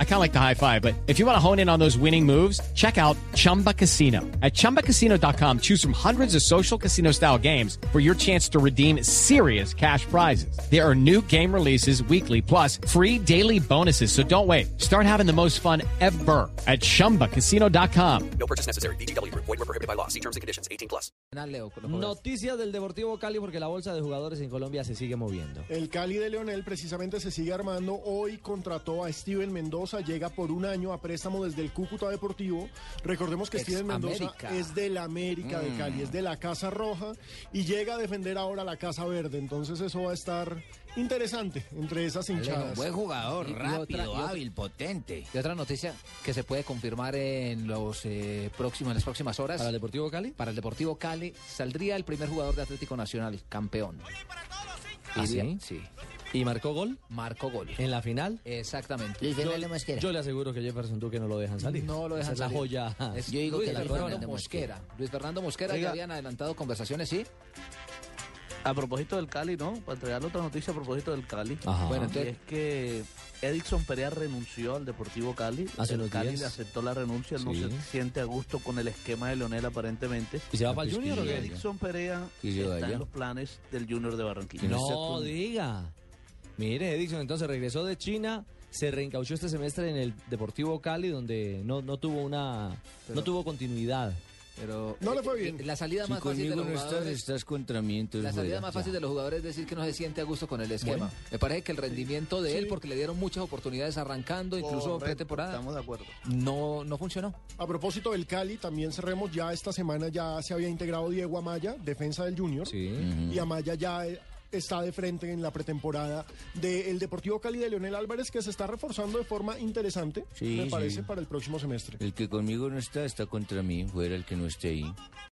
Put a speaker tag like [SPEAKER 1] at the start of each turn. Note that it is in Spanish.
[SPEAKER 1] I kind of like the high five, but if you want to hone in on those winning moves, check out Chumba Casino. At chumbacasino.com, choose from hundreds of social casino style games for your chance to redeem serious cash prizes. There are new game releases weekly, plus free daily bonuses. So don't wait. Start having the most fun ever at chumbacasino.com.
[SPEAKER 2] No purchase necessary. BGW. Void were prohibited by law. See terms and conditions. 18 plus.
[SPEAKER 3] Leo, con los jugadores.
[SPEAKER 4] Noticias del Deportivo Cali porque la bolsa de jugadores en Colombia se sigue moviendo.
[SPEAKER 5] El Cali de Leonel precisamente se sigue armando. Hoy contrató a Steven Mendoza, llega por un año a préstamo desde el Cúcuta Deportivo. Recordemos que
[SPEAKER 3] Ex
[SPEAKER 5] Steven Mendoza
[SPEAKER 3] América. Mm.
[SPEAKER 5] es del América de Cali, es de la Casa Roja y llega a defender ahora la Casa Verde. Entonces eso va a estar interesante entre esas
[SPEAKER 3] Leo,
[SPEAKER 5] hinchadas.
[SPEAKER 3] buen jugador,
[SPEAKER 4] Y- y
[SPEAKER 3] rápido,
[SPEAKER 4] otra- y otra-
[SPEAKER 3] hábil, potente.
[SPEAKER 4] Y otra noticia que se puede confirmar en los eh, próximos, en las próximas horas.
[SPEAKER 3] ¿Para el Deportivo Cali?
[SPEAKER 4] Para el Deportivo Cali saldría el primer jugador de Atlético Nacional, campeón.
[SPEAKER 3] ¿Ah,
[SPEAKER 4] Iría-
[SPEAKER 3] sí? Eh. ¿Y marcó gol
[SPEAKER 4] Marco gol.
[SPEAKER 3] en la final?
[SPEAKER 4] Exactamente.
[SPEAKER 3] Yo le aseguro que Jefferson Duque no lo dejan salir.
[SPEAKER 4] No lo dejan
[SPEAKER 3] Esa es la
[SPEAKER 4] salir.
[SPEAKER 3] joya.
[SPEAKER 4] Es
[SPEAKER 3] Yo digo
[SPEAKER 4] Luis
[SPEAKER 3] que la
[SPEAKER 4] Fernando
[SPEAKER 3] joya de Mosquera.
[SPEAKER 4] Mosquera. Luis Fernando Mosquera
[SPEAKER 6] Oiga.
[SPEAKER 4] ya habían adelantado conversaciones, ¿sí?
[SPEAKER 6] A propósito del Cali, ¿no? Para entregarle otra noticia a propósito del Cali.
[SPEAKER 3] Ajá.
[SPEAKER 4] Bueno,
[SPEAKER 6] Y
[SPEAKER 4] entonces,
[SPEAKER 6] es que Edison Perea renunció al Deportivo Cali.
[SPEAKER 3] Hace
[SPEAKER 6] el
[SPEAKER 3] unos
[SPEAKER 6] Cali
[SPEAKER 3] días.
[SPEAKER 6] le aceptó la renuncia, no
[SPEAKER 3] Sí.
[SPEAKER 6] se siente a gusto con el esquema de Leonel aparentemente.
[SPEAKER 3] ¿Y se va para el Junior o
[SPEAKER 6] Y
[SPEAKER 3] qué?
[SPEAKER 6] Edison Perea
[SPEAKER 4] Y yo
[SPEAKER 6] está
[SPEAKER 4] allá.
[SPEAKER 6] en los planes del Junior de Barranquilla.
[SPEAKER 3] No diga. Mire, Edison entonces regresó de China, se reencauchó este semestre en el Deportivo Cali, donde no, no tuvo una no
[SPEAKER 4] Pero-
[SPEAKER 3] tuvo continuidad.
[SPEAKER 4] pero eh,
[SPEAKER 5] No le fue bien.
[SPEAKER 4] La salida
[SPEAKER 7] Si
[SPEAKER 4] más fácil de
[SPEAKER 7] conmigo
[SPEAKER 4] los
[SPEAKER 7] no estás,
[SPEAKER 4] jugadores.
[SPEAKER 7] estás contra mí, entonces
[SPEAKER 4] La salida
[SPEAKER 7] juega.
[SPEAKER 4] más fácil de los jugadores es decir que no se siente a gusto con el esquema. Me parece que el rendimiento de él, porque le dieron muchas oportunidades arrancando, incluso
[SPEAKER 6] Correcto,
[SPEAKER 4] pretemporada,
[SPEAKER 6] Estamos de acuerdo.
[SPEAKER 4] no, no funcionó.
[SPEAKER 5] A propósito del Cali, también cerremos ya esta semana, ya se había integrado Diego Amaya, defensa del Junior. y Amaya ya eh, está de frente en la pretemporada del Deportivo Cali de Leonel Álvarez, que se está reforzando de forma interesante,
[SPEAKER 7] Sí,
[SPEAKER 5] me
[SPEAKER 7] sí.
[SPEAKER 5] parece, para el próximo semestre.
[SPEAKER 7] El que conmigo no está, está contra mí, fuera el que no esté ahí.